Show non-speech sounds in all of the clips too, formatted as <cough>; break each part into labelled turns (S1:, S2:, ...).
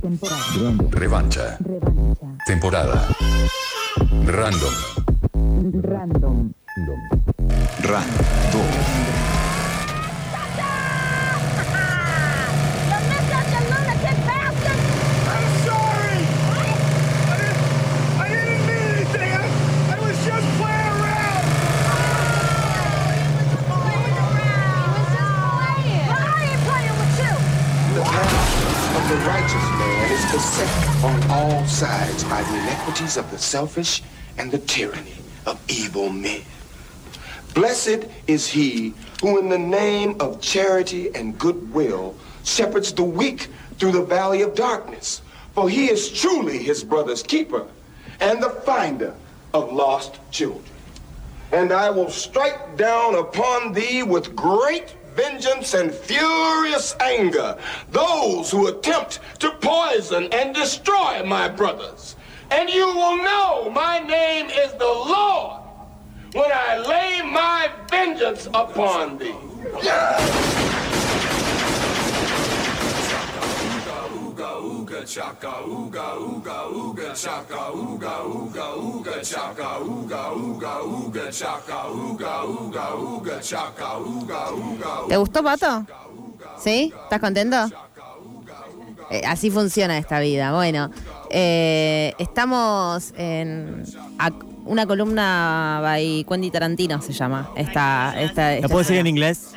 S1: Temporada.
S2: Revancha.
S1: Revancha.
S2: Temporada. Random.
S1: Random.
S2: Random.
S3: You missed out, you lunatic bastard!
S4: I'm sorry! I didn't, I didn't mean anything! I, I was just playing around!
S3: Well, I ain't playing with you!
S5: The path of the righteous man is beset on all sides by the inequities of the selfish and the tyranny of evil men. Blessed is he who, in the name of charity and goodwill, shepherds the weak through the valley of darkness, for he is truly his brother's keeper and the finder of lost children. And I will strike down upon thee with great vengeance and furious anger those who attempt to poison and destroy my brothers. And you will know my name is the Lord when I lay my vengeance upon thee.
S6: ¿Te gustó, Pato? ¿Sí? ¿Estás contento? Eh, así funciona esta vida. Bueno, eh, estamos en ac- una columna by Quentin Tarantino, se llama. Esta, esta,
S7: ¿La puedo decir en inglés?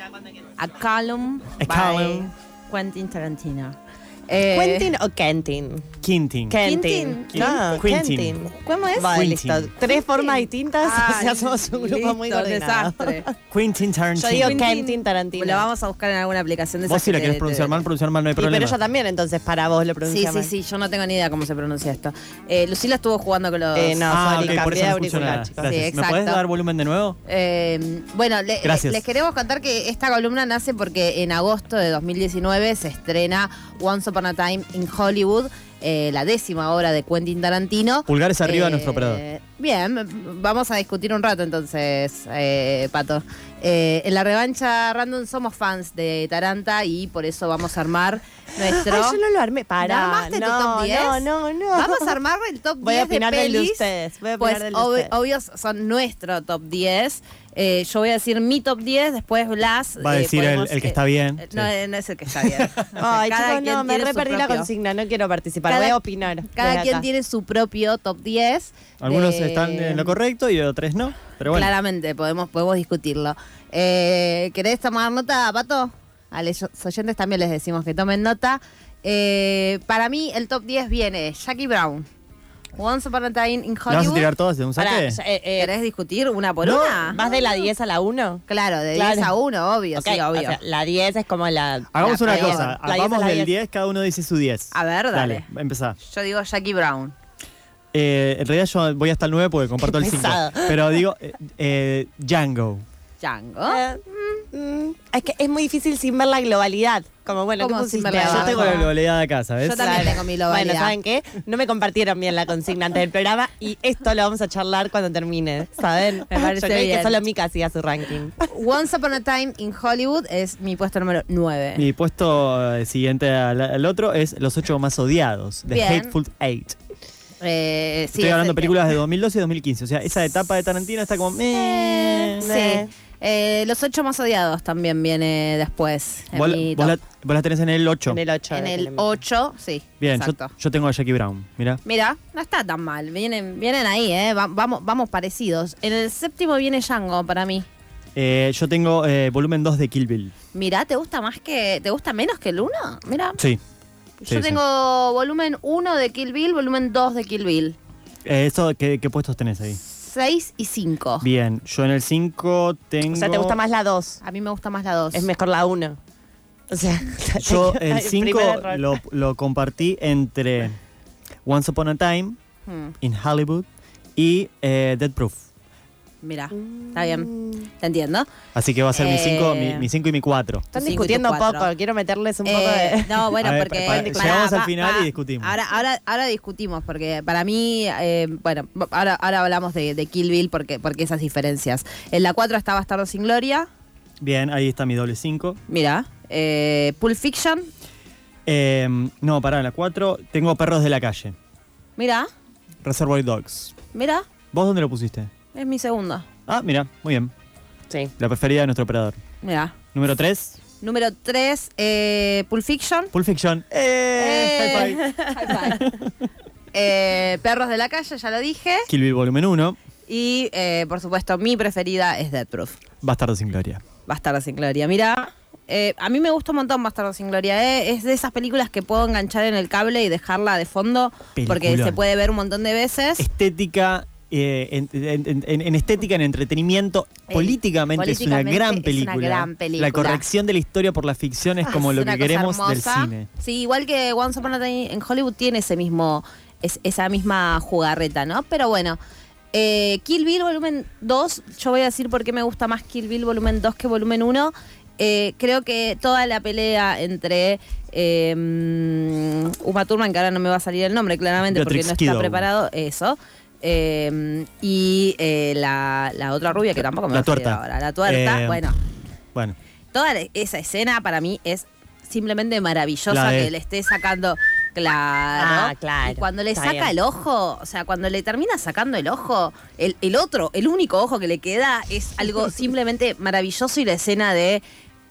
S6: A column
S7: A
S6: by
S7: column.
S6: Quentin Tarantino. Eh,
S8: ¿Quentin Ah, o Kentin?
S7: Quinting.
S8: Kentin.
S6: Quentin.
S8: No,
S7: Quentin.
S8: Kentin.
S6: ¿Cómo es?
S8: Vale,
S7: Quentin.
S8: listo. Tres formas distintas, <laughs> o sea,
S6: Eh, Ay,
S8: somos un grupo muy
S6: listo,
S8: coordinado. <laughs>
S6: desastre.
S7: Quentin
S8: Yo
S7: Tarantino.
S8: digo
S6: Quentin.
S8: Kentin Tarantino.
S6: Lo vamos a buscar en alguna aplicación de
S7: Vos
S6: esas
S7: si la
S6: que
S7: querés
S6: te-
S7: pronunciar
S6: te-
S7: mal, pronunciar mal no hay
S8: Y,
S7: problema.
S8: pero yo también, entonces, para vos lo
S6: Sí,
S8: pronuncié
S6: sí, sí, yo no tengo ni idea cómo se pronuncia esto. Eh, Lucila estuvo jugando con los...
S8: Eh, no,
S7: Ah,
S8: sorry,
S7: ok, por
S8: cambié
S7: eso
S8: de
S7: no funciona.
S8: auricular, chicos.
S7: Gracias.
S6: Sí,
S7: ¿Me
S6: exacto.
S7: podés dar volumen de nuevo?
S6: Eh, bueno, le-
S7: Gracias.
S6: les queremos contar que esta columna nace porque en agosto de 2019 se estrena Once Upon a Time in Hollywood, eh, la décima obra de Quentin Tarantino.
S7: Pulgares
S6: de
S7: arriba de nuestro operador.
S6: Bien, vamos a discutir un rato entonces, eh, Pato. Eh, en la revancha random somos fans de Taranta y por eso vamos a armar nuestro...
S8: Ay, yo no lo armé.
S6: ¿No
S8: Para.
S6: armaste tu top 10?
S8: no, no, no.
S6: Vamos a armar el top 10
S8: Voy a opinar
S6: de
S8: del de
S6: pelis.
S8: ustedes, voy a opinar
S6: pues
S8: del de
S6: obvi-
S8: ustedes.
S6: obvios son nuestro top 10. Eh, yo voy a decir mi top 10, después Blas.
S7: Va a
S6: eh,
S7: decir el- el que está bien.
S6: eh, No,
S7: Sí.
S6: eh, no es el que está
S8: <laughs>
S6: bien. O sea,
S8: <laughs> Ay,
S6: cada
S8: chicos,
S6: quien
S8: no, me
S6: tiene
S8: re
S6: su
S8: perdí la
S6: propio-
S8: consigna, no quiero participar,
S6: Cada-
S8: voy a opinar.
S6: Cada
S8: desde
S6: quien
S8: acá.
S6: tiene su propio top Eh, 10.
S7: Algunos
S8: Eh,
S6: de-
S7: están en lo correcto y otros no. Pero bueno.
S6: Claramente, podemos, podemos discutirlo. Eh, ¿Querés tomar nota, Pato? A los oyentes también les decimos que tomen nota. Eh, para mí, el top 10 viene Jackie Brown, Once Upon a Time in Hollywood.
S7: ¿La vas a tirar todas de un saque?
S8: Pará, ya, eh, eh,
S6: ¿Querés discutir una por
S7: No,
S6: una?
S8: ¿Vas de la 10 a la 1?
S6: Claro, de
S8: Claro.
S6: 10 a 1, obvio,
S8: Ok,
S6: sí,
S8: o
S6: obvio.
S8: sea, la 10 es como la.
S7: Hagamos
S8: la
S7: una
S8: peor.
S7: cosa.
S8: La 10 es
S7: Vamos
S8: la
S7: del 10, cada uno dice su 10.
S6: A ver, dale.
S7: Dale, empezá.
S6: Yo digo Jackie Brown.
S7: Eh, en realidad yo voy hasta el 9 porque comparto el 5.
S8: pesado.
S7: Pero digo, eh, eh, Django.
S6: Django.
S8: Eh, mm, es que es muy difícil sin ver la globalidad. Como bueno, ¿qué
S6: ¿Cómo sin
S8: pusiste
S6: ver la
S8: abajo?
S7: Yo tengo la globalidad acá, ¿sabes?
S6: Yo también tengo mi globalidad.
S8: Bueno, ¿saben qué? No me compartieron bien la consigna antes del programa y esto lo vamos a charlar cuando termine, ¿saben?
S6: Me parece
S8: Yo creí
S6: bien.
S8: que solo Mika hacía su ranking.
S6: Once Upon a Time in Hollywood es mi puesto número 9.
S7: Mi puesto eh, siguiente al, al otro es Los 8 más odiados, The
S6: Bien.
S7: Hateful Eight.
S6: Eh, sí,
S7: Estoy
S6: es
S7: hablando de
S6: el-
S7: películas de 2012 y 2015. O sea, esa etapa de Tarantino está como. meh, meh.
S6: Sí. Eh, los ocho más odiados también viene después. en
S7: Vos,
S6: mi
S7: vos la,
S6: top.
S7: vos la tenés en el 8.
S8: En el 8.
S6: en el 8, sí.
S7: Bien, yo,
S6: exacto.
S7: yo tengo a Jackie Brown. Mira.
S6: Mira, no está tan mal. Vienen, vienen ahí, ¿eh? Va- vamos, vamos parecidos. En el séptimo viene Django para mí.
S7: yo tengo eh, volumen 2 de Kill Bill.
S6: Mirá, ¿te gusta más que. ¿Te gusta menos que el 1? Mira.
S7: Sí.
S6: Yo
S7: Sí,
S6: tengo volumen 1 de Kill Bill, volumen 2 de Kill Bill.
S7: Eh, eso, ¿qué, qué puestos tenés ahí?
S6: 6 y 5.
S7: Bien, yo en el 5 tengo.
S8: O sea, ¿te gusta más la 2?
S6: A mí me gusta más la 2.
S8: Es mejor la 1. O sea,
S7: <laughs> Yo el
S8: Ay, primer
S7: 5
S8: error.
S7: lo, lo compartí entre Once Upon a Time
S6: Mm,
S7: in Hollywood y eh, Dead Proof.
S6: Mira, está bien. Te entiendo.
S7: Así que va a ser mi 5
S6: Eh.
S7: mi 5 y mi 4.
S6: Cinco y
S8: Están
S6: tu
S8: discutiendo
S6: cuatro.
S8: poco, quiero meterles un poco
S6: Eh,
S8: de...
S6: no, bueno,
S7: A ver,
S6: porque.
S7: pa- pa-
S6: pará,
S7: llegamos al
S6: pa-
S7: final
S6: pa-
S7: y discutimos.
S6: Ahora, ahora, ahora discutimos, porque para mí, eh, bueno, va- ahora, ahora hablamos de, de Kill Bill porque, porque esas diferencias. En la 4 está Bastardo sin Gloria.
S7: Bien, ahí está mi doble 5.
S6: Mira. Eh, Pulp Fiction.
S7: Eh, no, pará, la 4. Tengo perros de la calle.
S6: Mira,
S7: Reservoir Dogs.
S6: mira,
S7: ¿Vos dónde lo pusiste?
S6: es mi segunda.
S7: Ah, mira, muy bien.
S8: <laughs> Sí.
S7: La preferida de nuestro operador.
S6: Mira.
S7: Número 3.
S6: Número 3, eh, Pulp Fiction.
S7: Pulp Fiction. ¡Eh!
S6: Eh, <laughs>
S7: High five.
S6: high five. Eh, Perros de la calle, ya lo dije.
S7: Kill Bill Volumen 1.
S6: Y eh, por supuesto, mi preferida es Death Proof.
S7: Bastardo sin gloria.
S6: Bastardo sin Gloria. Mira, eh, a mí me gusta un montón Bastardo sin Gloria. eh. Es de esas películas que puedo enganchar en el cable y dejarla de fondo porque
S7: Peliculón.
S6: se puede ver un montón de veces.
S7: Estética. eh, en, en- en- en estética, en entretenimiento,
S6: Eh,
S7: políticamente,
S6: políticamente
S7: es una
S6: es una
S7: gran película.
S6: gran película.
S7: La corrección de la historia por la ficción es como
S6: Ah, Es
S7: lo
S6: una
S7: que
S6: cosa
S7: queremos del
S6: hermosa.
S7: cine.
S6: Sí, igual que Once Upon a Time en Hollywood tiene ese mismo, es- esa misma jugarreta, ¿no? Pero bueno, eh, Kill Bill Volumen 2, yo voy a decir por qué me gusta más Kill Bill Volumen 2 que Volumen 1. Eh, creo que toda la pelea entre eh, mm, Uma Thurman, que ahora no me va a salir el nombre claramente porque
S7: Beatrix
S6: no está
S7: Kiddo.
S6: preparado, eso. eh, y eh, la, la otra rubia que tampoco me
S7: La
S6: va a salir
S7: tuerta.
S6: ahora. La tuerta,
S7: Eh,
S6: bueno.
S7: Bueno,
S6: Toda la- esa escena para mí es simplemente maravillosa
S7: La de-
S6: que le esté sacando. Claro.
S8: Ah, claro.
S6: Y cuando le
S8: Está
S6: saca
S8: bien.
S6: el ojo, o sea, cuando le termina sacando el ojo, el, el otro, el único ojo que le queda es
S8: <laughs>
S6: algo simplemente maravilloso y la escena de.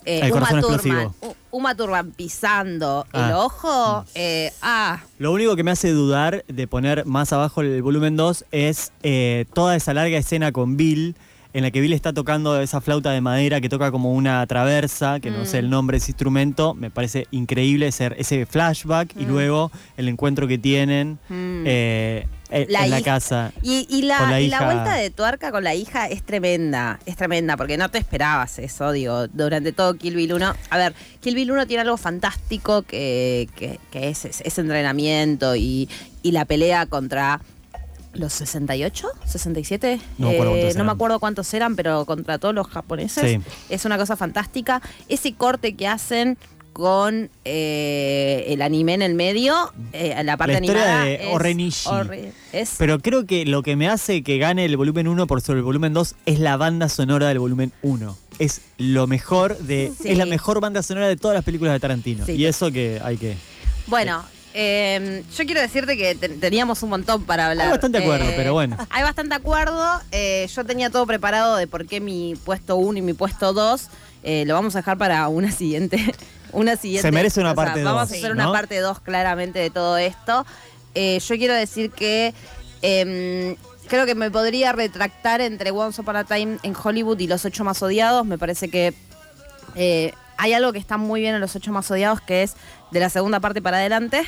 S6: eh,
S7: El
S6: Uma
S7: corazón
S6: Thurman,
S7: explosivo.
S6: U- Uma Thurman pisando el
S7: Ah.
S6: ojo. eh, ah,
S7: Lo único que me hace dudar de poner más abajo el volumen 2 es eh, toda esa larga escena con Bill, en la que Bill está tocando esa flauta de madera que toca como una traversa, que no sé
S6: Mm.
S7: el nombre de ese instrumento. Me parece increíble ser ese flashback
S6: Mm.
S7: y luego el encuentro que tienen eh, en,
S6: La
S7: en la
S6: hija-
S7: casa.
S6: Y, y la,
S7: Con la
S6: y la
S7: hija.
S6: vuelta de tuerca con la hija es tremenda, es tremenda, porque no te esperabas eso, digo, durante todo Kill Bill 1. A ver, Kill Bill 1 tiene algo fantástico que, que- que es es- ese entrenamiento y, y la pelea contra los 68, 67,
S7: No me acuerdo
S6: Eh,
S7: cuántos
S6: no me
S7: eran.
S6: acuerdo cuántos eran, pero contra todos los japoneses.
S7: Sí.
S6: Es una cosa fantástica. Ese corte que hacen con eh, el anime en el medio, eh, la parte
S7: Mm. historia
S6: animada
S7: de
S6: es
S7: Orenishi.
S6: horri- es
S7: Pero creo que lo que me hace que gane el volumen 1 por sobre el volumen 2 es la banda sonora del volumen 1. Es lo mejor de.
S6: Sí.
S7: Es la mejor banda sonora de todas las películas de Tarantino.
S6: Sí.
S7: Y eso que hay que.
S6: Bueno, eh, yo quiero decirte que te- teníamos un montón para hablar. Eh,
S7: Hay bastante acuerdo, pero bueno.
S6: Hay bastante acuerdo. eh, yo tenía todo preparado de por qué mi puesto 1 y mi puesto 2. eh, lo vamos a dejar para una siguiente. <laughs> Una siguiente
S7: Se merece una
S6: o sea,
S7: parte
S6: Vamos
S7: dos,
S6: a hacer
S7: ¿no?
S6: una parte 2 claramente de todo esto. Eh, yo quiero decir que eh, creo que me podría retractar entre Once Upon a Time en Hollywood y Los Ocho Más Odiados. Me parece que eh, hay algo que está muy bien en los ocho más odiados, que es de la segunda parte para adelante.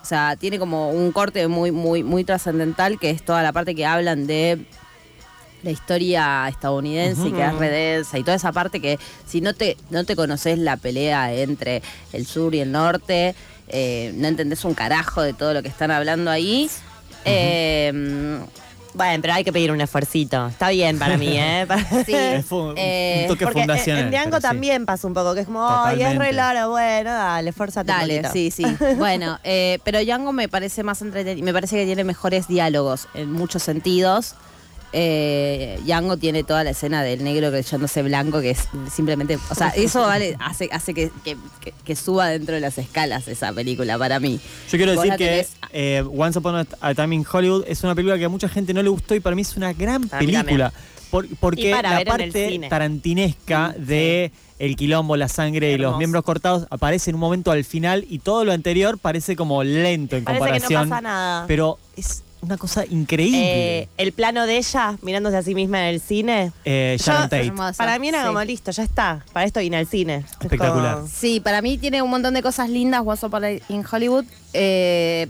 S6: O sea, tiene como un corte muy, muy, muy trascendental, que es toda la parte que hablan de la historia estadounidense y que es redensa y toda esa parte que si no te, no te conoces la pelea entre el sur y el norte, eh, no entendés un carajo de todo lo que están hablando ahí. Eh,
S8: Bueno, pero hay que pedir un esfuercito. Está bien para mí, <laughs> ¿eh? Para-
S6: sí,
S7: Es fu- un
S6: eh,
S7: toque
S8: Porque en-
S7: fundacional.
S8: en Diango
S7: pero sí.
S8: también pasa un poco, que es como, ay, es re
S7: Totalmente.
S8: largo, bueno, dale, esfuérzate un
S6: Dale,
S8: poquito.
S6: sí, sí. Bueno, eh, pero Django me parece más entretenido, me parece que tiene mejores diálogos en muchos sentidos. Eh, Django tiene toda la escena del negro creyéndose blanco, que es simplemente, o sea, eso vale, hace, hace que, que- que- que suba dentro de las escalas esa película para mí.
S7: Yo quiero
S6: Vos
S7: decir
S6: la
S7: que
S6: tenés-
S7: eh, Once Upon a Time in Hollywood es una película que a mucha gente no le gustó y para mí es una gran
S8: Para mí
S7: película. Por- porque
S8: Y para
S7: la
S8: ver en el
S7: parte
S8: cine. Mm,
S7: tarantinesca de el quilombo, la sangre y los
S8: Hermoso.
S7: miembros cortados aparece en un momento al final y todo lo anterior parece como lento en
S8: Parece que no
S7: comparación.
S8: pasa nada.
S7: Pero es una cosa increíble.
S8: Eh, el plano de ella mirándose a sí misma en el cine.
S7: Eh, Sharon
S8: Yo-
S7: Tate.
S6: Hermoso,
S8: Para mí era
S6: sí.
S8: como listo, ya está. Para esto vine al cine. Es
S7: Espectacular.
S8: como-
S6: Sí, para mí tiene un montón de cosas lindas Once Upon a- in Hollywood. Eh,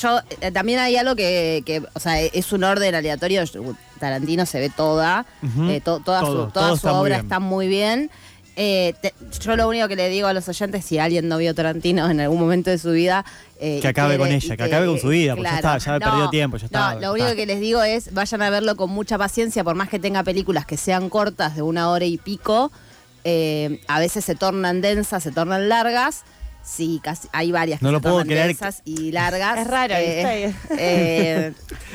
S6: yo eh, también hay algo que, que, o sea, e-, es un orden aleatorio. Yo- uh, Tarantino se ve toda,
S7: Ujú.
S6: eh, to- toda
S7: Todo,
S6: su, toda
S7: todo
S6: su
S7: está muy
S6: obra
S7: bien.
S6: está muy bien. Eh, te- yo lo único que le digo a los oyentes, si alguien no vio Tarantino en algún momento de su vida... eh,
S7: Que
S6: y
S7: acabe
S6: quiere-
S7: con
S6: y
S7: ella, que acabe con su vida, porque ya
S6: claro,
S7: está, ya he perdido tiempo, ya
S6: No,
S7: está, ya
S6: lo único
S7: está.
S6: que les digo es, vayan a verlo con mucha paciencia, por más que tenga películas que sean cortas, de una hora y pico, eh, a veces se tornan densas, se tornan largas. Sí, casi, hay varias que
S7: No
S6: se
S7: lo puedo
S6: tornan
S7: creer.
S6: densas y largas.
S8: Es raro,
S6: Eh,
S8: ¿viste? <laughs>
S6: eh,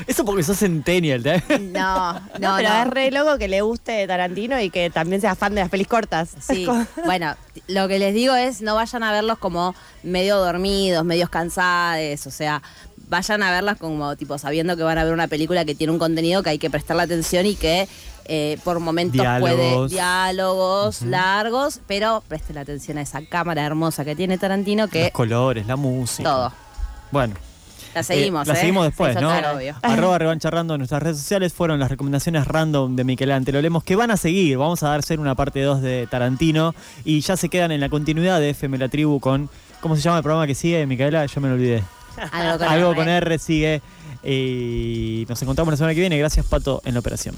S7: Eso porque sos centennial. ¿eh?
S6: no, no,
S8: No, pero
S6: no.
S8: es re loco que le guste Tarantino y que también sea fan de las pelis cortas.
S6: Sí,
S8: Es como- <laughs>
S6: bueno, t- lo que les digo es no vayan a verlos como medio dormidos, medios cansados, o sea, vayan a verlas como tipo sabiendo que van a ver una película que tiene un contenido que hay que prestarle atención y que eh, por momentos puede
S7: Diálogos.
S6: diálogos largos, pero presten atención a esa cámara hermosa que tiene Tarantino que
S7: Los colores, la música.
S6: todo.
S7: Bueno.
S6: La seguimos,
S7: Eh, la
S6: ¿eh?
S7: seguimos después,
S6: Se hizo
S7: ¿no?
S6: tarde, obvio.
S7: <laughs> Arroba revancha random en nuestras redes sociales fueron las recomendaciones random de Michelangelo Lemos que van a seguir. Vamos a darse una parte 2 de Tarantino y ya se quedan en la continuidad de FM La Tribu con. ¿Cómo se llama el programa que sigue, Micaela? Yo me lo olvidé.
S6: Algo con
S7: Algo
S6: R.
S7: con R sigue. Y nos encontramos la semana que viene. Gracias, Pato, en la operación.